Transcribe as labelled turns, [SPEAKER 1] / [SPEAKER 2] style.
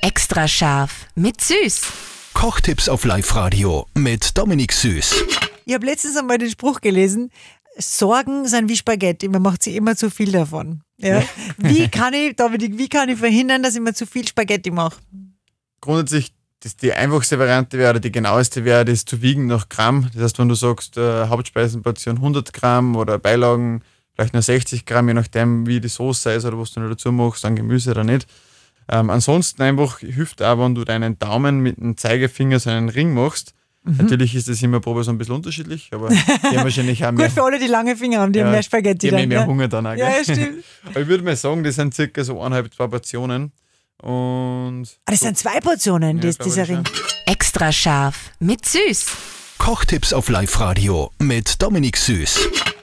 [SPEAKER 1] Extra scharf mit Süß.
[SPEAKER 2] Kochtipps auf Live-Radio mit Dominik Süß.
[SPEAKER 3] Ich habe letztens einmal den Spruch gelesen, Sorgen sind wie Spaghetti, man macht sich immer zu viel davon. Ja? Wie kann ich, Dominik, wie kann ich verhindern, dass ich mir zu viel Spaghetti mache?
[SPEAKER 4] grundsätzlich das die einfachste Variante wäre oder die genaueste wäre, das zu wiegen nach Gramm. Das heißt, wenn du sagst, äh, Hauptspeisenportion 100 Gramm oder Beilagen vielleicht nur 60 Gramm, je nachdem, wie die Soße ist oder was du noch dazu machst, an Gemüse oder nicht. Ähm, ansonsten einfach hilft auch, wenn du deinen Daumen mit dem Zeigefinger so einen Ring machst.
[SPEAKER 3] Mhm.
[SPEAKER 4] Natürlich ist das immer probe so ein bisschen unterschiedlich, aber die haben wahrscheinlich auch mehr,
[SPEAKER 3] Gut für alle, die lange Finger haben, die
[SPEAKER 4] ja,
[SPEAKER 3] haben mehr Spaghetti.
[SPEAKER 4] die haben eh
[SPEAKER 3] dann,
[SPEAKER 4] mehr
[SPEAKER 3] ja.
[SPEAKER 4] Hunger dann auch.
[SPEAKER 3] Ja,
[SPEAKER 4] gell?
[SPEAKER 3] ja, stimmt.
[SPEAKER 4] aber ich würde mal sagen, das sind circa so eineinhalb, zwei Portionen. Und
[SPEAKER 3] Ah, das sind zwei Portionen, das,
[SPEAKER 4] glaube
[SPEAKER 3] dieser
[SPEAKER 4] ich, ja.
[SPEAKER 3] Ring.
[SPEAKER 1] Extra scharf mit Süß.
[SPEAKER 2] Kochtipps auf Live-Radio mit Dominik Süß.